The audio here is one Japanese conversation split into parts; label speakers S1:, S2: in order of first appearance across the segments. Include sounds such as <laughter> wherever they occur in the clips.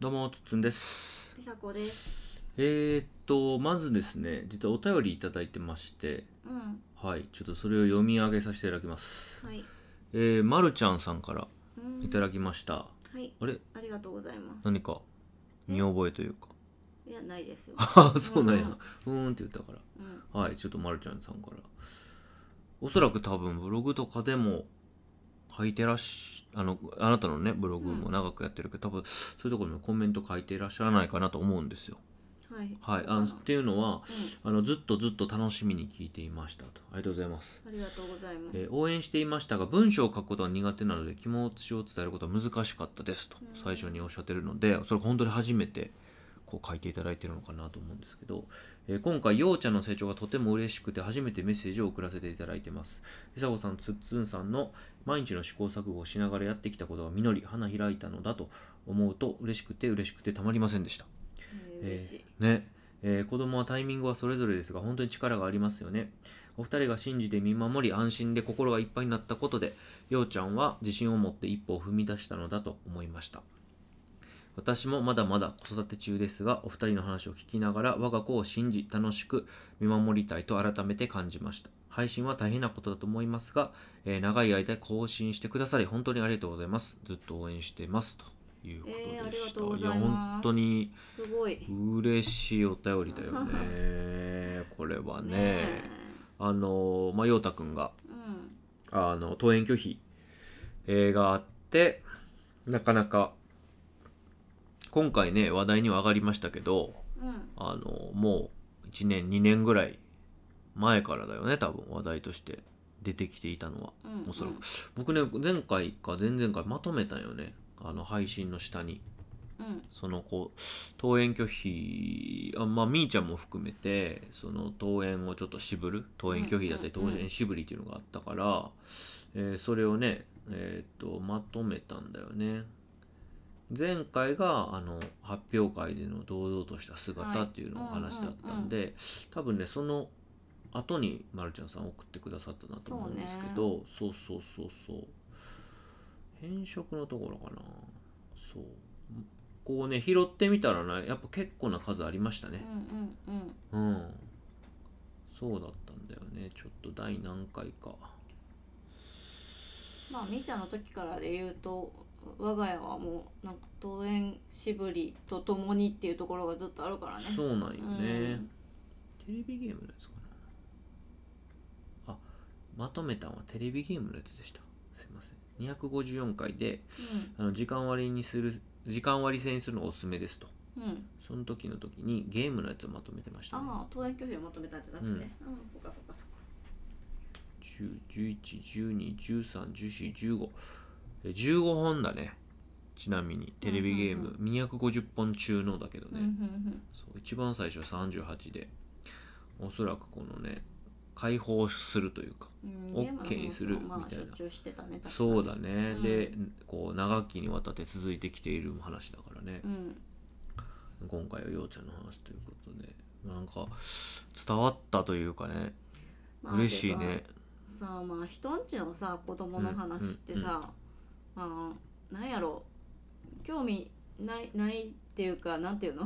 S1: どうもつっつんです
S2: ピサコです。
S1: えー、っとまずですね実はお便りいただいてまして
S2: うん。
S1: はいちょっとそれを読み上げさせていただきます
S2: はい。
S1: えー、まるちゃんさんから
S2: うん
S1: いただきました
S2: はい。
S1: あれ
S2: ありがとうございま
S1: 何か見覚えというか
S2: す。いや、ないですよ。
S1: <laughs> ああそうなんやうーんって言ったから
S2: うん。
S1: はい、ちょっとまるちゃんさんから。おそらく多分ブログとかでも書いてらっしあの、あなたのね、ブログも長くやってるけど、多分そういうところにもコメント書いていらっしゃらないかなと思うんですよ。
S2: はい。
S1: はい。あ
S2: そうか
S1: の
S2: な
S1: っていうのは、
S2: う
S1: あの、ずっとずっと楽しみに聞いていましたと。ありがとうございます。
S2: ん。ありがとうございます。
S1: えー応援していましたが文章を書くことは苦手なので気持ちを伝えることは難しかったですと
S2: うん
S1: 最初におっしゃってるのでそれ本当に初めてこう書いていただいてるのかなと思うんですけど、えー今回ようちゃんの成長がとても嬉しくて初めてメッセージを送らせていただいてますひさこさんつっつんさんの毎日の試行錯誤をしながらやってきたことが実り花開いたのだと思うと嬉しくて嬉しくてたまりませんでした
S2: えー嬉しい。
S1: ね、えー子供はタイミングはそれぞれですが本当に力がありますよねお二人が信じて見守り安心で心がいっぱいになったことでようちゃんは自信を持って一歩を踏み出したのだと思いました私もまだまだ子育て中ですがお二人の話を聞きながら我が子を信じ楽しく見守りたいと改めて感じました配信は大変なことだと思いますが、えー長い間更新してくださり本当にありがとうございますずっと応援していますというこ
S2: えー
S1: とで
S2: ありが
S1: した、
S2: とうございます
S1: や本当に
S2: すごい。
S1: 嬉しいお便りだよねこれはね
S2: え
S1: あのまあ陽太くんが
S2: うん。
S1: あの登園拒否、えーがあってなかなか今回ね話題には上がりましたけど
S2: うん。
S1: あのもう1年2年ぐらい前からだよね多分話題として出てきていたのは
S2: うん。
S1: おそらく僕ね前回か前々回まとめたよねあの配信の下に
S2: うん。
S1: そのこう登園拒否あまあみーちゃんも含めてその登園をちょっと渋る登園拒否だったり
S2: うんうんうん
S1: 登園渋りっていうのがあったから、えーそれをねえーっとまとめたんだよね前回があの発表会での堂々とした姿っていうのを
S2: はいうんうんうん
S1: 話だったんで、多分ねその後にまるちゃんさん送ってくださったなと思うんですけどそう,、そうそうそう変色のところかなそうこうね拾ってみたらねやっぱ結構な数ありました
S2: うん
S1: ね
S2: うんうん。
S1: うん、そうだったんだよねちょっと第何回か
S2: まあ、みーちゃんの時からで言うと。我が家はもうなんか登園渋りとともにっていうところがずっとあるからね。
S1: そうなんよね、
S2: うん
S1: テレビゲームのやつかなあまとめたんはテレビゲームのやつでしたすいません254回であの時間割にする時間割制にするのがおすすめですと
S2: うん。うん。
S1: その時の時にゲームのやつをまとめてましたね
S2: ああ、登園拒否をまとめたんじゃなくて。うん、そっかそっかそっか。
S1: 101112131415え15本だねちなみにテレビゲーム、250本中のだけど
S2: うん
S1: ね、
S2: うん
S1: そう一番最初は38でおそらくこのね解放するというか
S2: うん。
S1: OK
S2: ゲームの話も
S1: にする
S2: まあ
S1: みたいな
S2: しょっちゅうしてたね。確かに
S1: そうだね、
S2: うん
S1: でこう長きにわたって続いてきている話だからね
S2: う、ん。
S1: 今回はようちゃんの話ということでなんか伝わったというかね
S2: まあ
S1: 嬉しいね
S2: てかさあまあ人んちのさ子供の話ってさ、まあなんやろ興味ないないっていうかなんていうの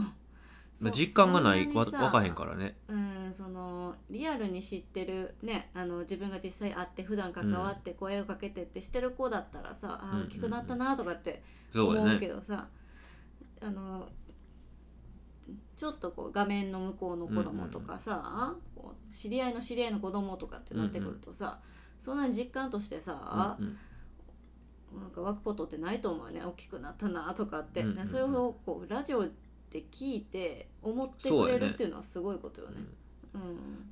S2: そ
S1: 実感がないわ
S2: そんなにさ
S1: わかへんからね
S2: うんそのリアルに知ってるねあの自分が実際会って普段関わって声をかけてってしてる子だったらさ、
S1: うん
S2: あー大きくなったなとかって
S1: そうや
S2: 思うけ
S1: ね
S2: どさ、あのちょっとこう画面の向こうの子供とかさ、こう知り合いの知り合いの子供とかってなってくるとさ、そんなに実感としてさ、
S1: うんうん
S2: なんか湧くことってないと思うよね大きくなったなとかって、
S1: うんうんうん
S2: それをこうラジオで聞いて思ってくれるっていうのはすごいことよね。うん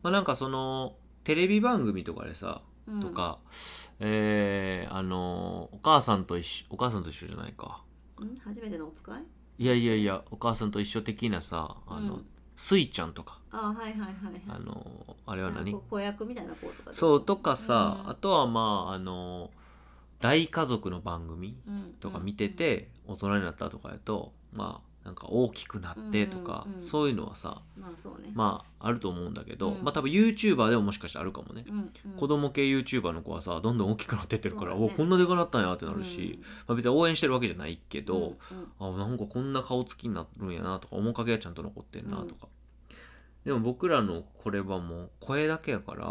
S1: まあなんかそのテレビ番組とかでさ、
S2: うん
S1: とかえーあのお母さんと一緒お母さんと一緒じゃないか
S2: ん初めてのお使い
S1: いやいやいやお母さんと一緒的なさあの、
S2: うん
S1: スイちゃんとか
S2: あはいはいはい
S1: あ
S2: はい
S1: のあれは
S2: なんか
S1: 何
S2: こう子役みたいな子とか
S1: そうとかさ、
S2: うん
S1: あとはまああの大家族の番組
S2: うん
S1: とか見てて、大人になったとかやとまあなんか大きくなってとか、
S2: うんうんうん
S1: そういうのはさ
S2: まあそうね、
S1: まああると思うんだけど、
S2: うん
S1: まあ多分 YouTuber でももしかしたらあるかもね、
S2: うんうん
S1: 子供系 YouTuber の子はさどんどん大きくなってってるから、
S2: そうだね
S1: おこんなでかなったんやってなるし、まあ、別に応援してるわけじゃないけ
S2: うん
S1: ど、
S2: うんうん
S1: あなんかこんな顔つきになるんやなとか面影はちゃんと残ってんな
S2: うん
S1: とか、でも僕らのこれはもう声だけやから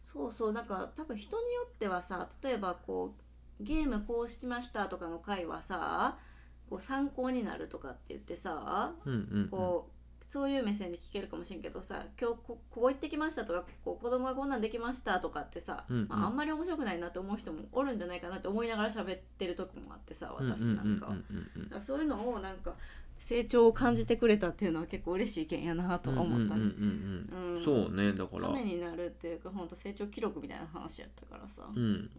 S2: そうそうなんか多分人によってはさ例えばこうゲームこうしましたとかの回はさこう参考になるとかって言ってさ
S1: うんうんうん
S2: こうそういう目線で聞けるかもしれんけどさ今日こここ行ってきましたとかこう子供がこんなんできましたとかってさ、
S1: うんうん
S2: まあ、あんまり面白くないなって思う人もおるんじゃないかなって思いながら喋ってる時もあってさ私なんか。
S1: う
S2: だ
S1: んうんうんうん
S2: からそういうのをなんか成長を感じてくれたっていうのは結構嬉しい意見やなとは思った
S1: うんうん
S2: ね。
S1: うん
S2: う
S1: うんんそうねだから
S2: ためになるっていうか本当成長記録みたいな話やったからさ、
S1: うん
S2: うん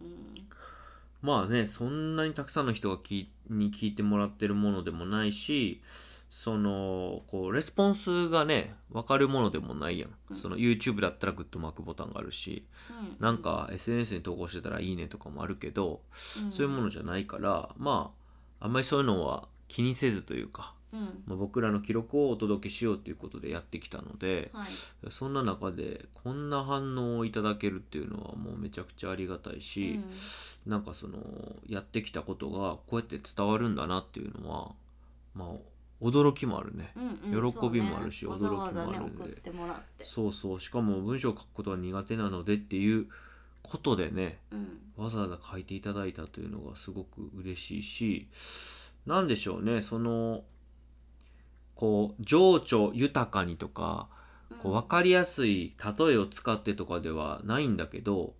S1: まあねそんなにたくさんの人が聞いに聞いてもらってるものでもないしそのこうレスポンスがね分かるものでもないやん、
S2: うん
S1: その YouTube だったらグッドマークボタンがあるし
S2: うん
S1: なん、か SNS に投稿してたらいいねとかもあるけど、そういうものじゃないからまああんまりそういうのは気にせずというか、
S2: うん、うん
S1: まあ、僕らの記録をお届けしようということでやってきたので
S2: はい、
S1: そんな中でこんな反応をいただけるっていうのはもうめちゃくちゃありがたいし、なんかそのやってきたことがこうやって伝わるんだなっていうのはまあ驚きもあるね。
S2: うんうんうん
S1: 喜びもあるし
S2: そう
S1: 驚きも
S2: わざわざね
S1: あるんで
S2: 送ってもらって、
S1: そうそうしかも文章を書くことは苦手なのでっていうことでね
S2: うん
S1: わざわざ書いていただいたというのがすごく嬉しいし何でしょうねそのこう情緒豊かにとか
S2: うん、
S1: こう分かりやすい例えを使ってとかではないんだけど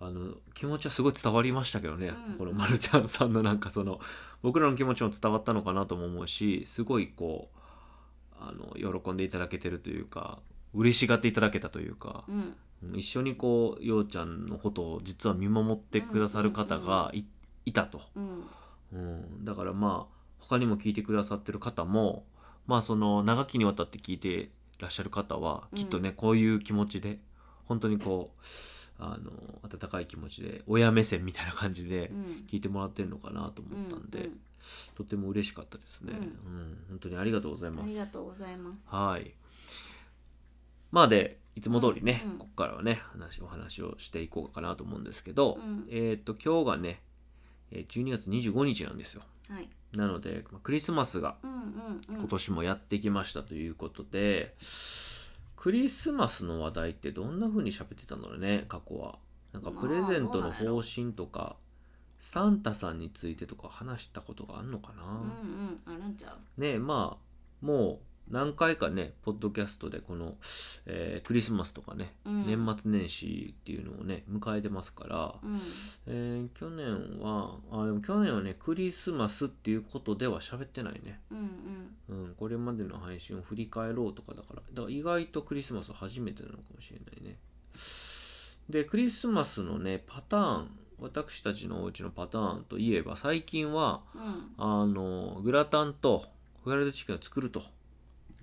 S1: あの気持ちはすごい伝わりましたけどね、
S2: うん
S1: このまるちゃんさんのなんかその <laughs> 僕らの気持ちも伝わったのかなとも思うしすごいこうあの喜んでいただけてるというか嬉しがっていただけたというか。
S2: うん
S1: 一緒にこうようちゃんのことを実は見守ってくださる方がい,、たと、
S2: うん
S1: うん、だからまあ他にも聞いてくださってる方もまあその長きにわたって聞いてらっしゃる方はきっとね、こういう気持ちで本当にこうあの温かい気持ちで親目線みたいな感じで
S2: うん
S1: 聞いてもらってるのかなと思ったんで、
S2: うん
S1: とても嬉しかったですね、
S2: うん
S1: うん、本当にありがとうござい
S2: うん
S1: ま
S2: あ
S1: す。
S2: りがとうございます。
S1: はい。まあで、いつも通りね、
S2: うんうん
S1: ここからはね、話、お話をしていこうかなと思うんですけど、
S2: うん
S1: えーっと、今日がね、えー12月25日なんですよ。
S2: はい、
S1: なので、まあクリスマスが
S2: うんうんうん、
S1: 今年もやってきましたということで、クリスマスの話題ってどんな風に喋ってたんだろうね、過去は。なんか
S2: まあ
S1: プレゼントの
S2: どうなんやろ
S1: 方針とか、サンタさんについてとか話したことがあんのかな、
S2: うんうんあるんちゃう。
S1: ねまあもう何回かねポッドキャストでこの、えークリスマスとかね、
S2: うん
S1: 年末年始っていうのをね迎えてますから、
S2: うん
S1: えー去年はあでも去年はねクリスマスっていうことでは喋ってないね、
S2: うんうん
S1: うん、これまでの配信を振り返ろうとかだからだから意外とクリスマスは初めてなのかもしれないねでクリスマスのねパターン私たちのお家のパターンといえば最近は
S2: うん
S1: あのグラタンとフライドチキンを作ると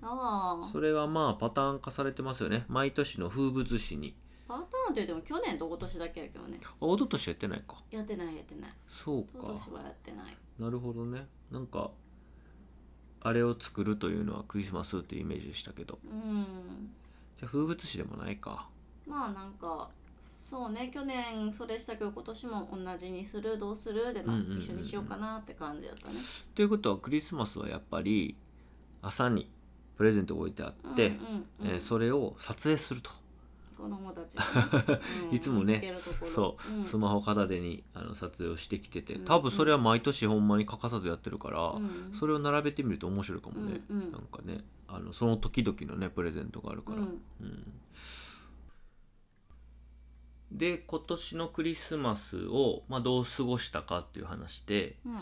S2: ああ
S1: それがまあパターン化されてますよね毎年の風物詩に
S2: パターンといっても去年と今年だけやけどね
S1: あ一昨年やってないか
S2: やってないやってない
S1: そう
S2: 今
S1: か
S2: 年はやってない
S1: なるほどねなんかあれを作るというのはクリスマスというイメージでしたけど
S2: うん
S1: じゃあ風物詩でもないか
S2: まあなんかそうね去年それしたけど今年も同じにするどうするで、まあ
S1: うんうんうんうん
S2: 一緒にしようかなって感じだったね。
S1: ということはクリスマスはやっぱり朝にプレゼントが置いてあって、
S2: うんうんうん
S1: えーそれを撮影すると、
S2: 子供たちがね、
S1: <laughs> いつもね
S2: 見つけるところ
S1: そ
S2: うん
S1: スマホ片手にあの撮影をしてきてて
S2: うん
S1: 多分それは毎年ほんまに欠かさずやってるから、
S2: うん
S1: それを並べてみると面白いかもね、
S2: うんうん
S1: なんかねあのその時々のねプレゼントがあるから、
S2: うん
S1: うんで今年のクリスマスを、まあ、どう過ごしたかっていう話で
S2: うん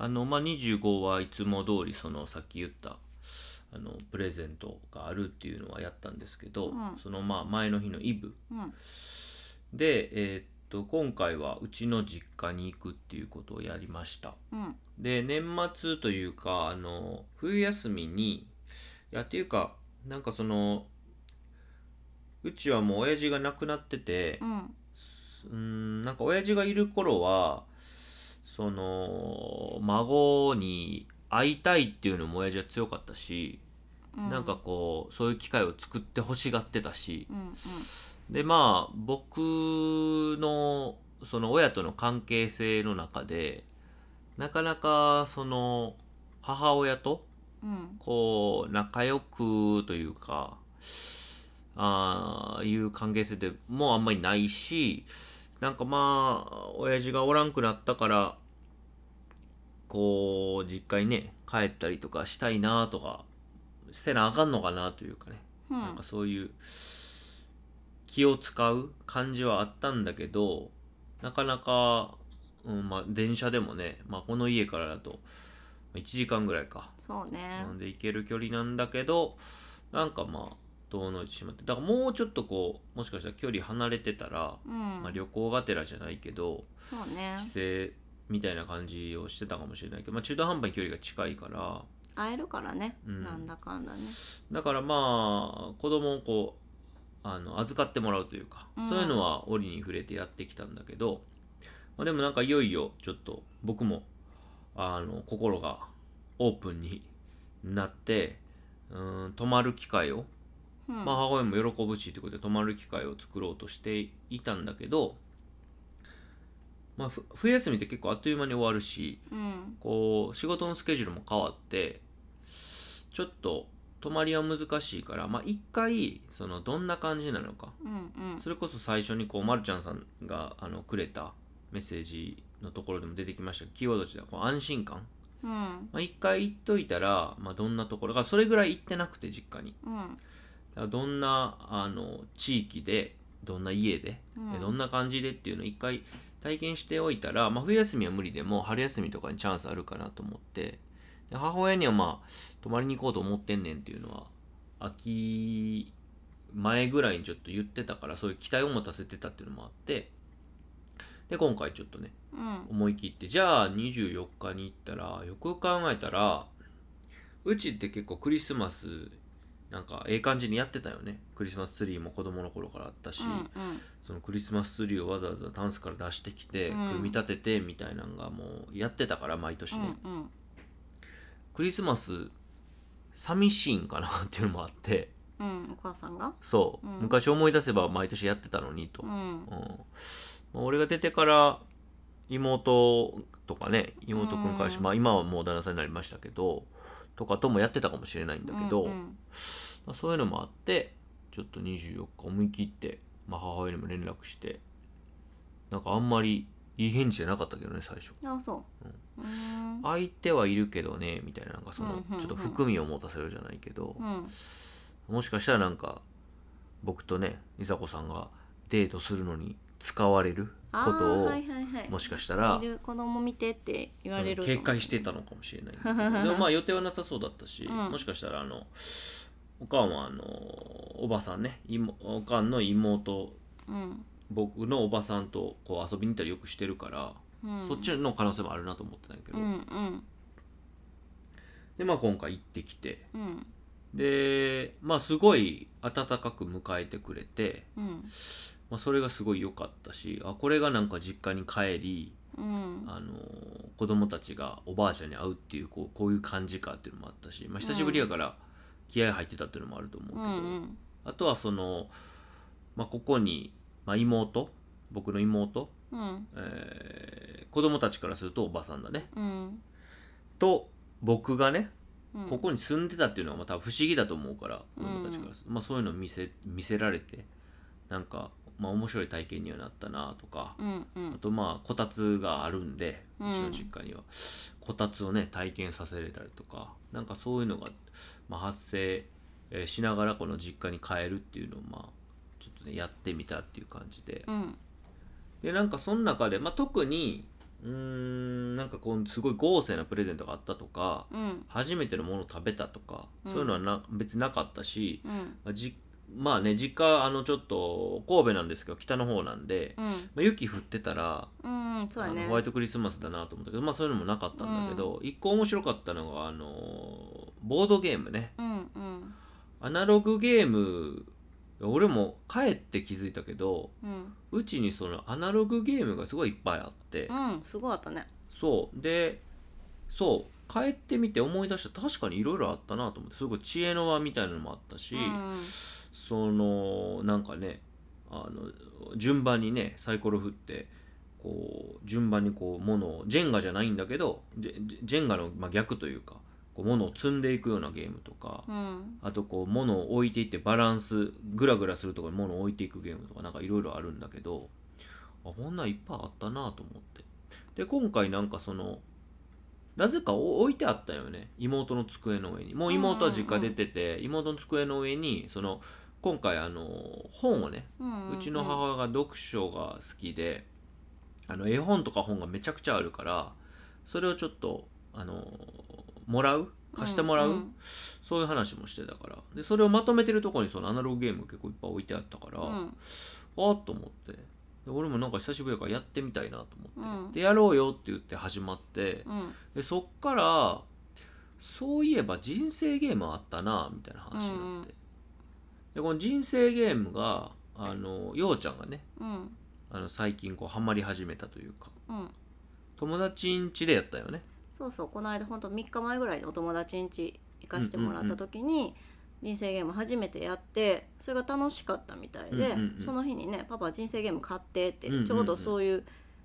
S1: あの、まあ、25はいつも通りそのさっき言ったあのプレゼントがあるっていうのはやったんですけど、
S2: うん
S1: そのまあ前の日のイブ
S2: うん
S1: で、えーっと今回はうちの実家に行くっていうことをやりました。
S2: うん
S1: で年末というかあの冬休みにいやっていうかなんかそのうちはもう親父が亡くなってて
S2: うん
S1: うーんなんか親父がいる頃はその孫に会いたいっていうのも親父は強かったし、
S2: う
S1: なんかこうそういう機会を作って欲しがってたし
S2: うんうん
S1: でまあ僕のその親との関係性の中でなかなかその母親と
S2: うん
S1: こう仲良くというかあーいう関係性でもうあんまりないしなんかまあ親父がおらんくなったからこう実家にね帰ったりとかしたいなとかしてなあかんのかなというかね、
S2: うん
S1: なんかそういう気を使う感じはあったんだけどなかなか、うんまあ、電車でもね、まあ、この家からだと1時間ぐらいか
S2: そうね
S1: なんで行ける距離なんだけどなんかまあ遠のいてしまってだからもうちょっとこうもしかしたら距離離れてたら、
S2: うん
S1: まあ、旅行がてらじゃないけど
S2: そうね
S1: 帰省みたいな感じをしてたかもしれないけど、まあ、中途半端に距離が近いから
S2: 会えるからね
S1: うん
S2: なんだかんだね
S1: だからまあ子供をこうあの預かってもらうというか、
S2: うん
S1: そういうのは折に触れてやってきたんだけど、まあ、でもなんかいよいよちょっと僕もあの心がオープンになってうん泊まる機会を、
S2: うん
S1: まあ、母親も喜ぶしということで泊まる機会を作ろうとしていたんだけど、まあ、ふ冬休みって結構あっという間に終わるし、
S2: うん
S1: こう仕事のスケジュールも変わってちょっと泊まりは難しいからまあ一回そのどんな感じなのか
S2: うんうん
S1: それこそ最初にこうまるちゃんさんがあのくれたメッセージのところでも出てきましたけどキーワードとしてはこう安心感
S2: うん
S1: まあ、一回行っといたら、まあ、どんなところがそれぐらい行ってなくて実家に
S2: うん
S1: だからどんなあの地域でどんな家で、
S2: うん
S1: えどんな感じでっていうのを一回体験しておいたら、まあ、冬休みは無理でも春休みとかにチャンスあるかなと思ってで母親にはまあ泊まりに行こうと思ってんねんっていうのは秋前ぐらいにちょっと言ってたからそういう期待を持たせてたっていうのもあってで今回ちょっとね
S2: うん
S1: 思い切ってじゃあ24日に行ったらよく考えたらうちって結構クリスマスなんかええ感じにやってたよねクリスマスツリーも子供の頃からあったし、
S2: うん
S1: そのクリスマスツリーをわざわざタンスから出してきて
S2: うん
S1: 組み立ててみたいなのがもうやってたから毎年
S2: う
S1: ね、
S2: んうん
S1: クリスマス寂しいんかなっていうのもあって
S2: うんお母さんが
S1: そう、
S2: うん
S1: 昔思い出せば毎年やってたのにと、
S2: うん
S1: うんまあ、俺が出てから妹とかね妹くんからし、
S2: うん
S1: まあ、今はもう旦那さんになりましたけどとかともやってたかもしれないんだけど、
S2: うんうん
S1: まあ、そういうのもあってちょっと24日思い切って、まあ、母親にも連絡してなんかあんまりいい返事じゃなかったけどね最初
S2: あそううーん
S1: 相手はいるけどねみたいななんかその
S2: うんうんうん
S1: ちょっと含みを持たせるじゃないけど、
S2: うん
S1: もしかしたらなんか僕とねいざこさんがデートするのに使われる
S2: あ
S1: こ
S2: ー
S1: とを
S2: はいはいはい
S1: もしかしたら
S2: いる子供見てって言われると
S1: 警戒してたのかもしれないんだけ
S2: <laughs>
S1: どでもまあ予定はなさそうだったし、
S2: うん
S1: もしかしたらあのおかんはあのおばさんね妹おかんの妹
S2: うん
S1: 僕のおばさんとこう遊びに行ったりよくしてるから、
S2: うん
S1: そっちの可能性もあるなと思ってないけ
S2: う
S1: ど、
S2: んうん
S1: でまあ今回行ってきて
S2: うん
S1: でまあすごい温かく迎えてくれて、
S2: うん
S1: まあ、それがすごい良かったしあこれがなんか実家に帰り
S2: うん
S1: あのー子供たちがおばあちゃんに会うっていうこうこういう感じかっていうのもあったし、まあ、久しぶりやから気合入ってたっていうのもあると思うけ
S2: う
S1: ど、
S2: ん
S1: あとはその、まあ、ここに、まあ、妹僕の妹、
S2: うん
S1: えー子供たちからするとおばさんだね
S2: うん
S1: と僕がね
S2: うん
S1: ここに住んでたっていうのはまた不思議だと思うから子供たちからすると、まあ、そういうのを見せ見せられてなんか、まあ、面白い体験にはなったなとか。
S2: うんう
S1: あ
S2: ん
S1: とまあこたつがあるんで
S2: うん
S1: うちの実家には、こたつをね体験させれたりとかなんかそういうのが、まあ、発生えーしながらこの実家に帰るっていうのをまあちょっとねやってみたっていう感じで
S2: うん
S1: でなんかその中で、まあ、特にうーんなんかこうすごい豪勢なプレゼントがあったとか
S2: うん
S1: 初めてのものを食べたとか
S2: うん
S1: そういうのはな別になかったし、
S2: うん
S1: まあじまあね実家あのちょっと神戸なんですけど北の方なんで、
S2: うん
S1: まあ、雪降ってたら
S2: うんそうや
S1: あ
S2: ね
S1: のホワイトクリスマスだなと思ったけどまあそういうのもなかったんだけど、一個面白かったのがあのーボードゲームね
S2: うんうん
S1: アナログゲーム俺も帰って気づいたけど
S2: うん
S1: うちにそのアナログゲームがすごいいっぱいあって、
S2: うんすごかったね
S1: そうでそう帰ってみて思い出した確かにいろいろあったなと思ってすごい知恵の輪みたいなのもあったし、そのなんかねあの順番にねサイコロ振ってこう順番にこう物をジェンガじゃないんだけどジェジェジェンガの、まあ、逆というかこう物を積んでいくようなゲームとか、
S2: うんうん
S1: あとこう物を置いていってバランスグラグラするところに物を置いていくゲームとかなんかいろいろあるんだけどあこんなんいっぱいあったなと思ってで今回なんかそのなぜかお置いてあったよね妹の机の上にもう妹は実家出てて、妹の机の上にその今回あの本をね
S2: う
S1: う
S2: ん
S1: ちの母親が読書が好きで、あの絵本とか本がめちゃくちゃあるからそれをちょっとあのもらう貸してもらう、
S2: んん
S1: そういう話もしてたからでそれをまとめてるとこにそのアナログゲーム結構いっぱい置いてあったから、
S2: う
S1: あ
S2: ん
S1: あっと思ってで俺もなんか久しぶりやからやってみたいなと思って、
S2: うん
S1: でやろうよって言って始まって
S2: うん
S1: でそっからそういえば人生ゲームあったなみたいな話になって、でこの人生ゲームがあのようちゃんがね
S2: うん
S1: あの最近こうハマり始めたというか
S2: うん
S1: 友達ん家でやったよね
S2: そうそうこの間ほんと3日前ぐらいにお友達ん家行かしてもらった時に人生ゲーム初めてやってそれが楽しかったみたい
S1: う
S2: で、
S1: んうんうん
S2: その日にね「パパ人生ゲーム買って」って、
S1: うんうんうん
S2: ちょうどそういう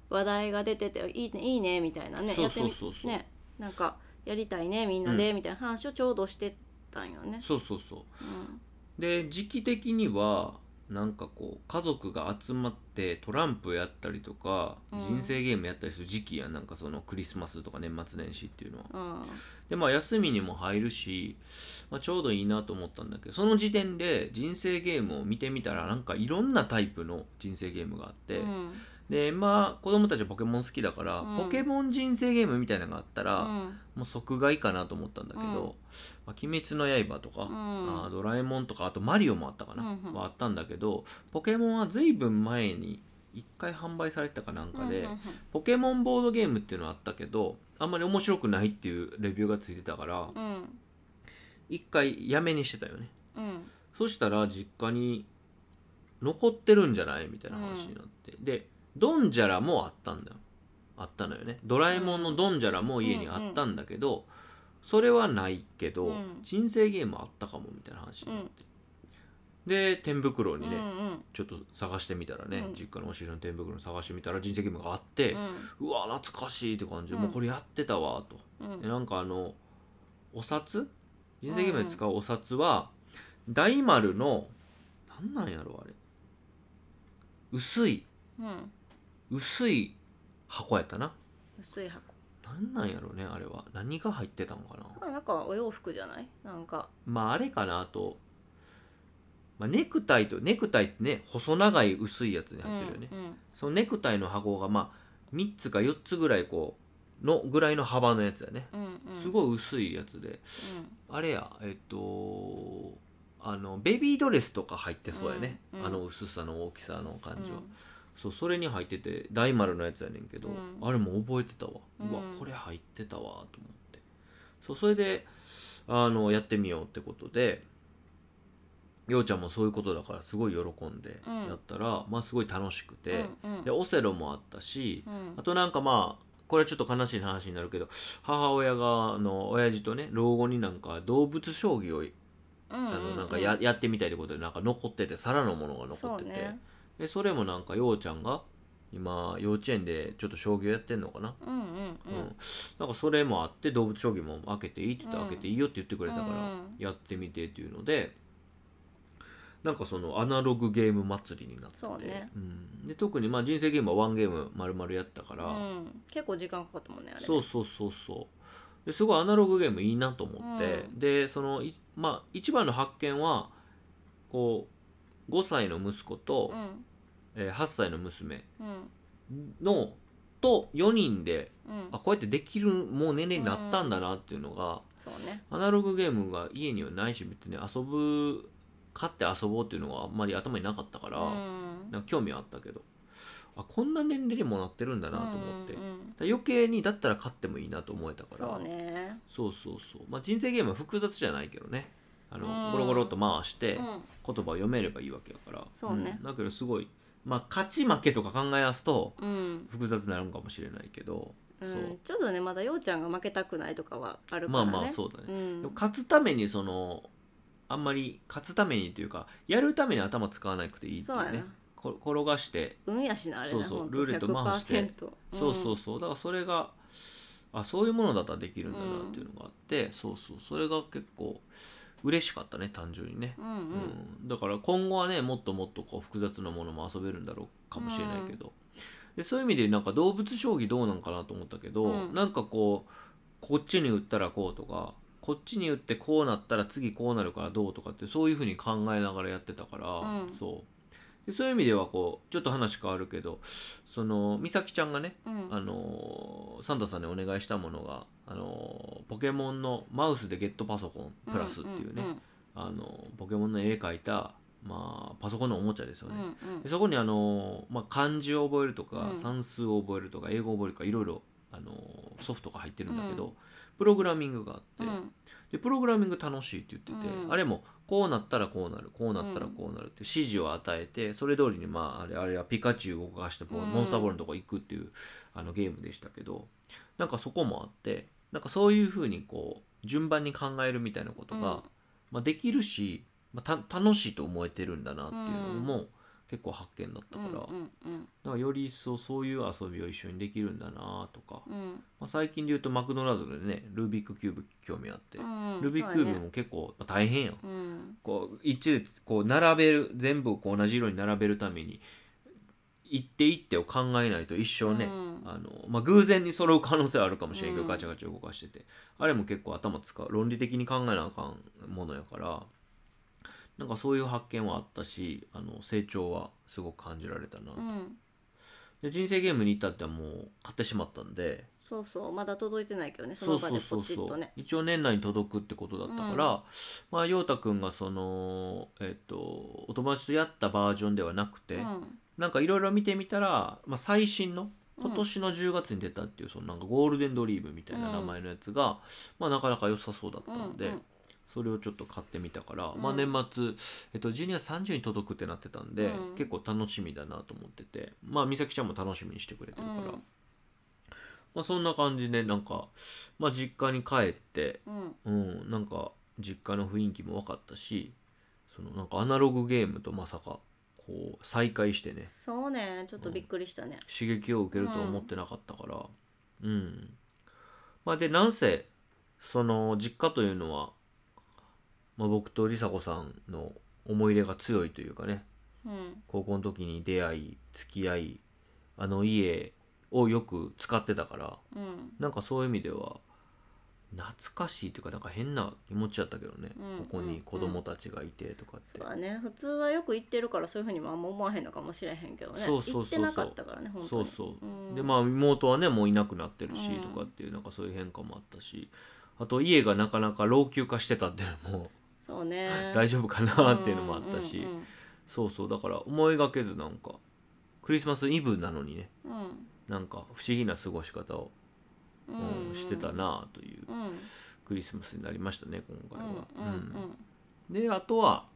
S2: 話題が出てて「いいねいいね」みたいなね
S1: そう
S2: って
S1: そう
S2: み
S1: そうそう、
S2: ねなんかやりたいねみんなで、みたいな話をちょうどしてたんよね。
S1: そうそうそう
S2: うん
S1: で時期的にはなんかこう家族が集まってトランプやったりとか、
S2: うん
S1: 人生ゲームやったりする時期やんなんかそのクリスマスとか年末年始っていうのは
S2: うん
S1: でまあ休みにも入るし、まあ、ちょうどいいなと思ったんだけどその時点で人生ゲームを見てみたらなんかいろんなタイプの人生ゲームがあって、
S2: うん
S1: でまあ子供たちはポケモン好きだから、
S2: うん
S1: ポケモン人生ゲームみたいなのがあったら、
S2: うん
S1: もう即買いかなと思ったんだけど「
S2: うん
S1: まあ、鬼滅の刃」とか、
S2: うん
S1: あードラえもんとかあとマリオもあったかな、
S2: うんうん
S1: はあったんだけどポケモンは随分前に1回販売されてたかなんかで、
S2: うんうん
S1: ポケモンボードゲームっていうのはあったけどあんまり面白くないっていうレビューがついてたから
S2: うん
S1: 1回やめにしてたよね
S2: うん
S1: そしたら実家に残ってるんじゃないみたいな話になって、でドンジャラもあったんだよあったのよねドラえもんのドンジャラも家にあったんだけど、それはないけど、
S2: うん
S1: 人生ゲームあったかもみたいな話になって、で天袋にね、
S2: うん
S1: ちょっと探してみたらね、
S2: うん
S1: 実家のお尻の天袋に探してみたら人生ゲームがあって、
S2: う
S1: うんわ懐かしいって感じで、
S2: うん
S1: もうこれやってたわと、
S2: うん
S1: でなんかあのお札人生ゲームで使うお札は、大丸のなんなんやろあれ薄い
S2: うん
S1: 薄い箱やったな
S2: 薄い箱
S1: なんなんやろねあれは何が入ってたんかな
S2: まあなんかお洋服じゃないなんか
S1: まああれかなあと、まあ、ネクタイとネクタイってね細長い薄いやつに入ってるよね、
S2: うんうん
S1: そのネクタイの箱がまあ3つか4つぐらいこうのぐらいの幅のやつやね、
S2: うんうん、
S1: すごい薄いやつであれやえっとあのベビードレスとか入ってそうやね、
S2: うんうん
S1: あの薄さの大きさの感じは、
S2: うん
S1: そうそれに入ってて大丸のやつやねんけど、
S2: うん
S1: あれも覚えてたわ、う
S2: うん
S1: わこれ入ってたわと思ってそうそれであのやってみようってことでようちゃんもそういうことだからすごい喜んで
S2: うん
S1: やったら、まあすごい楽しくて、
S2: うんうん
S1: でオセロもあったし、
S2: うん
S1: あとなんかまあこれはちょっと悲しい話になるけど母親があの親父とね老後になんか動物将棋を
S2: うん
S1: あ
S2: う
S1: の
S2: ん
S1: なんかややってみたいってことでなんか残ってて皿のものが残
S2: そ
S1: っ
S2: う
S1: てて
S2: ね
S1: でそれもなんかようちゃんが今幼稚園でちょっと将棋をやってんのかな、
S2: うんうん
S1: う
S2: うん
S1: なんかそれもあって動物将棋も開けていいって言ったら
S2: うん
S1: 開けていいよって言ってくれたから
S2: うんうん
S1: やってみてっていうのでなんかそのアナログゲーム祭りになってて
S2: そうね
S1: うん、で特にまあ人生ゲームはワンゲーム丸々やったから、
S2: うん結構時間かかったもんねあれ
S1: そうそうそうそうですごいアナログゲームいいなと思って、
S2: う
S1: でそのいまあ一番の発見はこう5歳の息子と、
S2: うん
S1: えー8歳の娘
S2: うん
S1: のと4人で
S2: うん
S1: あこうやってできるもう年齢になったんだなっていうのが、
S2: そうね
S1: アナログゲームが家にはないし別に遊ぶ買って遊ぼうっていうのがあんまり頭になかったから、
S2: うん
S1: なんか興味はあったけどあこんな年齢にもなってるんだなと思って、
S2: う
S1: だか
S2: んうん
S1: ら余計にだったら買ってもいいなと思えたから
S2: そうね
S1: そうそうそう、まあ、人生ゲームは複雑じゃないけどねあの、
S2: うん
S1: ゴロゴロっと回して
S2: う
S1: 言
S2: ん
S1: 葉を読めればいいわけだから
S2: そうね
S1: んだけどすごい、まあ、勝ち負けとか考えやすと
S2: うん
S1: 複雑になるんかもしれないけど、
S2: う、
S1: そうん
S2: ちょっとねまだようちゃんが負けたくないとかはあるか
S1: ま
S2: ら
S1: あ
S2: ね
S1: まあそうだね、
S2: うん
S1: でも勝つためにそのあんまり勝つためにというかやるために頭使わなくていいってい
S2: そう
S1: う
S2: や
S1: ね
S2: な
S1: こ転がして、
S2: 運やしなあれな
S1: そうそう
S2: ほんと
S1: ルーレット回して
S2: 100%
S1: そうそううそうだからそれがあそういうものだったらできるんだなっていうのがあって、そうそうそれが結構嬉しかったね単純にね、
S2: んうん
S1: うんだから今後はねもっともっとこう複雑なものも遊べるんだろうかもしれないけど、でそういう意味でなんか動物将棋どうなんかなと思ったけど、
S2: うん
S1: なんかこうこっちに打ったらこうとかこっちに打ってこうなったら次こうなるからどうとかってそういうふうに考えながらやってたから、
S2: うん
S1: そうでそういう意味ではこうちょっと話変わるけどその美咲ちゃんがね
S2: うんうん
S1: あのーサンタさんにお願いしたものが、あのーポケモンのマウスでゲットパソコンプラスっていうね、あのポケモンの絵描いた、まあ、パソコンのおもちゃですよ
S2: うん
S1: ね、
S2: うん
S1: でそこにあの、まあ、漢字を覚えるとか、
S2: うん
S1: 算数を覚えるとか英語を覚えるとかいろいろあのソフトが入ってるんだけど、プログラミングがあって、
S2: うん
S1: でプログラミング楽しいって言ってて、
S2: うん
S1: あれもこうなったらこうなるこうなったらこうなるっていう指示を与えてそれ通りにまああれあれはピカチュウを動かしてボール
S2: うん
S1: モンスターボールのとこ行くっていうあのゲームでしたけどなんかそこもあってなんかそういうふうにこう順番に考えるみたいなことが、
S2: うん
S1: まあ、できるし、まあ、た楽しいと思えてるんだなっていうのも、結構発見だったから、
S2: うんうん
S1: なんかより一層そういう遊びを一緒にできるんだなとか、
S2: うんうん
S1: まあ、最近で言うとマクドナルドでねルービックキューブ興味あって、
S2: うん
S1: ルービックキューブも結構まあ大変やん
S2: そうやねうん
S1: こう一列こう並べる全部をこう同じ色に並べるために一手一手を考えないと一生ね、
S2: うん
S1: あのまあ、偶然に揃う可能性はあるかもしれんけど、
S2: うん
S1: ガチャガチャ動かしててあれも結構頭使う論理的に考えなあかんものやからなんかそういう発見はあったしあの成長はすごく感じられたな、
S2: うん
S1: で人生ゲームに至ってはもう買ってしまったんで
S2: そうそうまだ届いてないけどねそ
S1: そ
S2: の
S1: う
S2: 場
S1: そう
S2: で
S1: そ
S2: ポ
S1: う
S2: チ
S1: そ
S2: ッと
S1: う
S2: ね
S1: 一応年内に届くってことだったから、まあ陽太くんがそのえっ、とお友達とやったバージョンではなくて、
S2: うん
S1: なんかいろいろ見てみたら、まあ、最新の
S2: うん
S1: 今年の10月に出たっていうそのなんかゴールデンドリームみたいな名前のやつが、まあ、なかなか良さそうだったんで、
S2: うんうん
S1: それをちょっと買ってみたから、
S2: うん
S1: まあ、年末、えっと、12月30に届くってなってたんで、
S2: うん
S1: 結構楽しみだなと思ってて、まあ、美咲ちゃんも楽しみにしてくれてるから、
S2: うん
S1: まあ、そんな感じでなんか、まあ、実家に帰って、
S2: うん
S1: うん、なんか実家の雰囲気も分かったしそのなんかアナログゲームとまさかこう再会してね
S2: そうねちょっとびっくりしたね
S1: 刺激を受けるとは思ってなかったからうん、まあでなんせその実家というのは、まあ、僕と梨紗子さんの思い入れが強いというかね
S2: うん
S1: 高校の時に出会い付き合いあの家をよく使ってたから
S2: うん
S1: なんかそういう意味では懐かしいというかなんか変な気持ちだったけどね、
S2: うん
S1: ここに子供たちがいてとかって、
S2: そうだね普通はよく行ってるからそういうふうにはあんま思わへんのかもしれへんけどね
S1: そうそうそうそう
S2: 行ってなかったからね本当に
S1: そうそう、
S2: うん
S1: でまあ妹はねもういなくなってるし
S2: うん
S1: とかっていうなんかそういう変化もあったしあと家がなかなか老朽化してたっていうのも
S2: そうね
S1: 大丈夫かなっていうのもあったし、
S2: うんうん
S1: そうそうだから思いがけずなんかクリスマスイブなのにね
S2: うん
S1: なんか不思議な過ごし方を、
S2: う
S1: うんんしてたなという
S2: うんうん
S1: クリスマスになりましたね今回は。
S2: うんうん
S1: であとは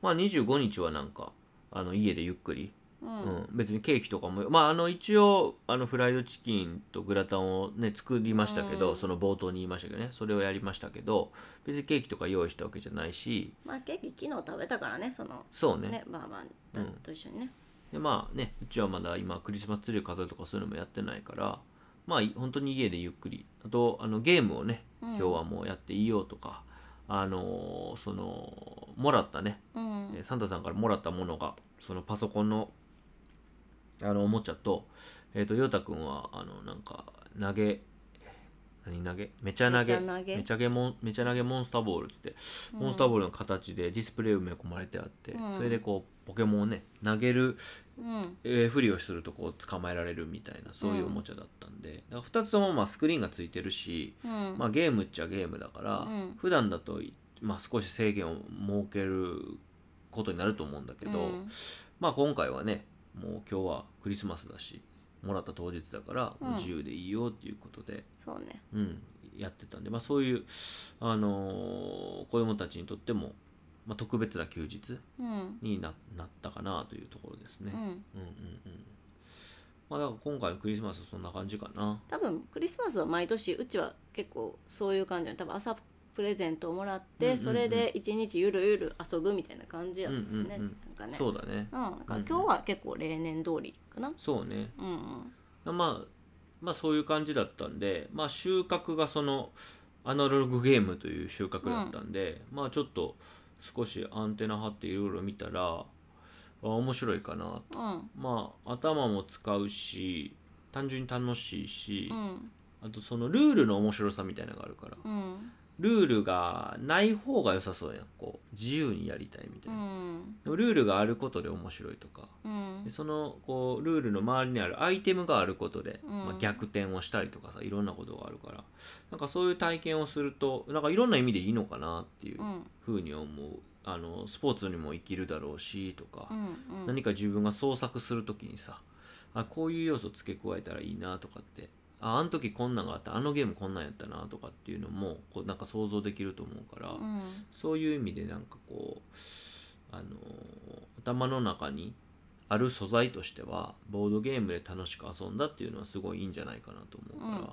S1: まあ25日はなんかあの家でゆっくり、
S2: うん
S1: う
S2: うん
S1: ん、別にケーキとかもまああの一応あのフライドチキンとグラタンをね作りましたけど、
S2: うん
S1: その冒頭に言いましたけどねそれをやりましたけど別にケーキとか用意したわけじゃないし
S2: まあケーキ昨日食べたからねその
S1: そうね
S2: ねバーバンだ
S1: うん
S2: と一緒にね
S1: でまあねうちはまだ今クリスマスツリーを飾るとかそういうのもやってないからまあい本当に家でゆっくりあとあのゲームをね
S2: うん
S1: 今日はもうやっていいよとか、あのーそのもらったね
S2: うん
S1: えーサンタさんからもらったものがそのパソコンのあのおもちゃとえっ、とヨタくんはあのなんか投げ何投げめちゃ投げ
S2: めちゃ投げ
S1: めちゃげモンめちゃ投げモンスターボールって言って、モンスターボールの形でディスプレイ埋め込まれてあって、
S2: うん
S1: それでこうポケモンをね投げる、
S2: うん
S1: えーふりをするとこう捕まえられるみたいなそういうおもちゃだったんで、だから2つともまあスクリーンがついてるし、
S2: うん
S1: まあ、ゲームっちゃゲームだから、
S2: うん
S1: 普段だと、まあ、少し制限を設けることになると思うんだけど、
S2: うん
S1: まあ今回はねもう今日はクリスマスだしもらった当日だから
S2: うん
S1: 自由でいいよっていうことで、
S2: そうね
S1: うんやってたんで、まあ、そういう、あのー子供たちにとっても、まあ、特別な休日
S2: うん
S1: にななったかなというところですね。
S2: うん
S1: うんうんうんまあだから今回のクリスマスはそんな感じかな。
S2: 多分クリスマスは毎年うちは結構そういう感じなの多分朝プレゼントをもらって、
S1: うんうんうん
S2: それで一日ゆるゆる遊ぶみたいな感じやったね、
S1: うんうんうん
S2: なんかね
S1: そうだね。
S2: うん、なんか今日は結構例年通りかな。
S1: そうね。
S2: うんうん。
S1: まあ、まあそういう感じだったんで、まあ収穫がそのアナログゲームという収穫だったんで、まあちょっと少しアンテナ張っていろいろ見たら、あ面白いかな。
S2: うん。
S1: まあ頭も使うし、単純に楽しいし、
S2: うん。
S1: あとそのルールの面白さみたいなのがあるから、
S2: うん。
S1: ルールがない方が良さそうやん。こう、自由にやりたいみた
S2: う
S1: いな。
S2: ん。
S1: でもルールがあることで面白いとか、
S2: うん
S1: で。そのこうルールの周りにあるアイテムがあることで、
S2: うん
S1: まあ、逆転をしたりとかさいろんなことがあるからなんかそういう体験をするとなんかいろんな意味でいいのかなっていう
S2: うん。
S1: ふうに思うあのスポーツにも生きるだろうしとか
S2: う、ん。
S1: 何か自分が創作する時にさあこういう要素付け加えたらいいなとかってああの時こんなんがあったあのゲームこんなんやったなとかっていうのもこうなんか想像できると思うから。
S2: うん。
S1: そういう意味でなんかこう、あのー頭の中にある素材としてはボードゲームで楽しく遊んだっていうのはすごいいいんじゃないかなと思うから、
S2: うん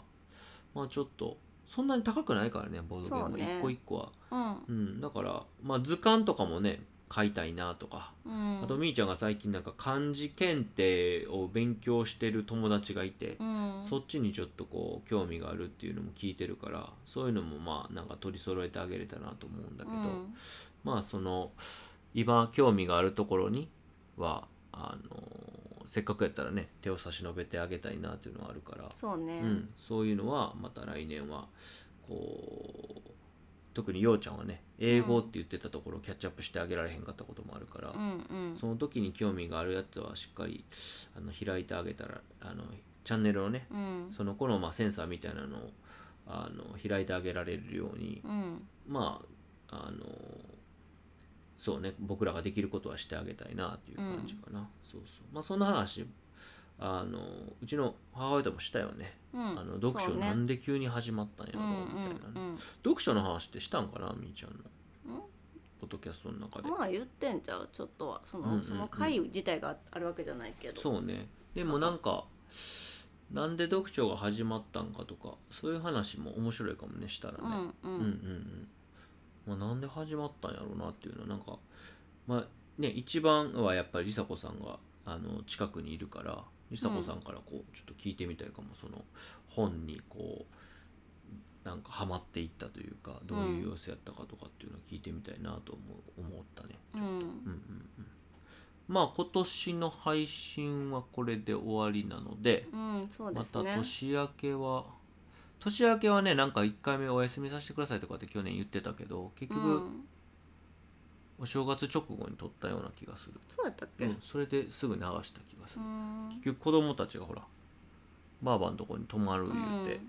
S1: まあちょっとそんなに高くないからねボードゲー
S2: そう
S1: ム
S2: ね
S1: 一個一個は
S2: うん。
S1: うんだからまあ図鑑とかもね買いたいなとか、
S2: うん。
S1: あとみーちゃんが最近なんか漢字検定を勉強してる友達がいて、
S2: うん。
S1: そっちにちょっとこう興味があるっていうのも聞いてるからそういうのもまあなんか取り揃えてあげれたなと思うんだけど、
S2: うん。
S1: まあその今興味があるところにはあのせっかくやったらね手を差し伸べてあげたいなっていうのはあるから、
S2: そうね。
S1: うん、そういうのはまた来年はこう特にようちゃんはね英語って言ってたところキャッチアップしてあげられへんかったこともあるから、
S2: うん。うん。
S1: その時に興味があるやつはしっかりあの開いてあげたらあのチャンネルをね
S2: うん。
S1: その頃まあセンサーみたいなのをあの開いてあげられるように
S2: うん。
S1: まああのそうね僕らができることはしてあげたいなっていう感じかな、そうそうまあそんな話あのうちの母親ともしたよね、
S2: うん。
S1: あの読書
S2: そう
S1: な
S2: ね
S1: んで急に始まったんや
S2: う
S1: ろ
S2: ん
S1: う
S2: う
S1: みたいなね、
S2: ん
S1: 読書の話ってしたんかなみーちゃんの
S2: うん
S1: ポッドキャストの中
S2: う
S1: で
S2: ん、まあ言ってんちゃうちょっとはその,、
S1: うんうんうん
S2: その会自体があるわけじゃないけど
S1: そうねでもなんかなんで読書が始まったんかとかそういう話も面白いかもねしたらね、
S2: うんう
S1: うんうん
S2: ん
S1: うんまあ、なんで始まったんやろうなっていうのはなんかまあね一番はやっぱり梨紗子さんがあの近くにいるから梨紗子さんからこうちょっと聞いてみたいかも、その本にこうなんかハマっていったというかどういう様子やったかとかっていうのを聞いてみたいなと思う思ったね。
S2: うん、
S1: うんうんうんまあ今年の配信はこれで終わりなので、
S2: うんそうで
S1: ますた
S2: ね、
S1: 年明けは年明けはねなんか1回目お休みさせてくださいとかって去年言ってたけど結
S2: う
S1: 局
S2: ん、
S1: お正月直後に撮ったような気がする、
S2: そうやったっけ、
S1: うん、それですぐ流した気がす
S2: う
S1: る、
S2: ん
S1: 結局子供たちがほらばあばのとこに泊まる言って、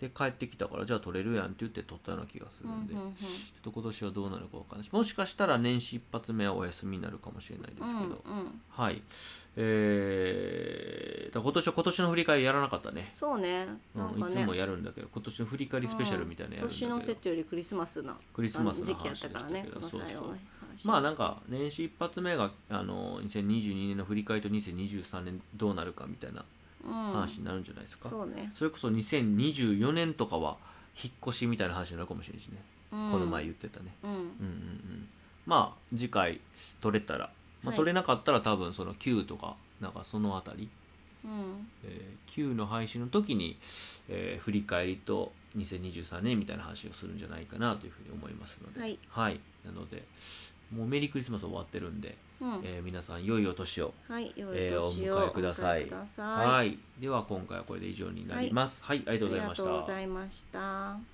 S1: で帰ってきたからじゃあ撮れるやんって言って撮ったような気がするんで、
S2: うんうん
S1: ちょ
S2: うん
S1: っと今年はどうなるかわかんないしもしかしたら年始一発目はお休みになるかもしれないですけど、
S2: うんうん
S1: はいえー、だから今年は今年の振り返りやらなかったね
S2: そうねなん
S1: うん、
S2: か
S1: い
S2: ね
S1: つもやるんだけど今年の振り返りスペシャルみたいなのやるんだけ
S2: 年
S1: ど、
S2: のセットよりクリスマスな
S1: クリスマスの
S2: 時
S1: 話
S2: 期や
S1: で
S2: っ
S1: した
S2: た
S1: け
S2: か
S1: ど
S2: らねこの
S1: そう
S2: 最後
S1: そ
S2: の
S1: う
S2: 話
S1: まあなんか年始一発目があの2022年の振り返りと2023年どうなるかみたいな
S2: うん
S1: 話になるんじゃないですか、
S2: そうね、
S1: それこそ2024年とかは引っ越しみたいな話になるかもしれないしね、
S2: うん、
S1: この前言ってたね
S2: うん
S1: うんうんうんまあ次回取れたら、まあ、
S2: はい
S1: 取れなかったら多分その9とかなんかそのあたり
S2: うん
S1: えー、Q の配信の時に、えー振り返りと2023年みたいな話をするんじゃないかなというふうに思いますので、
S2: はい
S1: なのでもうメリークリスマス終わってるんで、
S2: うん
S1: えー皆さん良いお年を
S2: はい良い
S1: えー
S2: 年を
S1: お迎えください
S2: お迎えくだ
S1: は
S2: さい
S1: いでは今回はこれで以上になりますはい、あり
S2: あ
S1: がとう
S2: り
S1: ござい
S2: が
S1: ました
S2: とうございました